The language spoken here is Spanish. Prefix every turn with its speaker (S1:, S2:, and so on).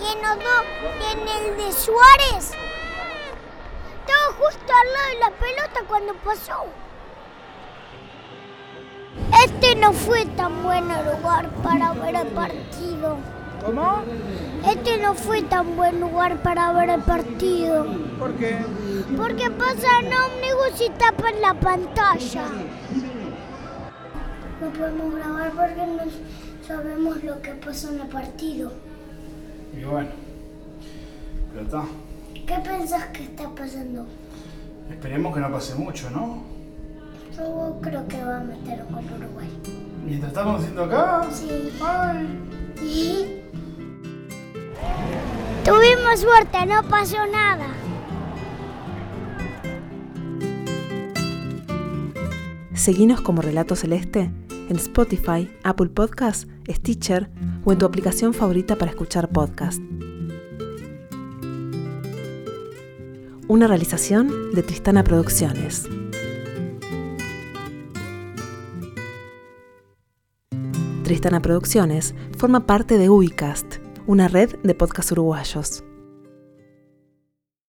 S1: Y en otro, en el de Suárez. Estaba justo al lado de la pelota cuando pasó. Este no fue tan buen lugar para ver el partido.
S2: ¿Cómo?
S1: Este no fue tan buen lugar para ver el partido.
S2: ¿Por qué?
S1: Porque pasan ómnibus y tapan la pantalla. No podemos grabar porque no sabemos lo que pasó en el partido.
S2: Y bueno. Ya está.
S1: ¿Qué pensás que está pasando?
S2: Esperemos que no pase mucho, ¿no?
S1: Yo creo que va a meter con Uruguay.
S2: Mientras estamos haciendo acá.
S1: Sí.
S2: ¡Ay!
S1: Tuvimos suerte, no pasó nada.
S3: Seguinos como Relato Celeste en Spotify, Apple Podcasts, Stitcher o en tu aplicación favorita para escuchar podcast. Una realización de Tristana Producciones. Tristana Producciones forma parte de Ubicast, una red de podcasts uruguayos.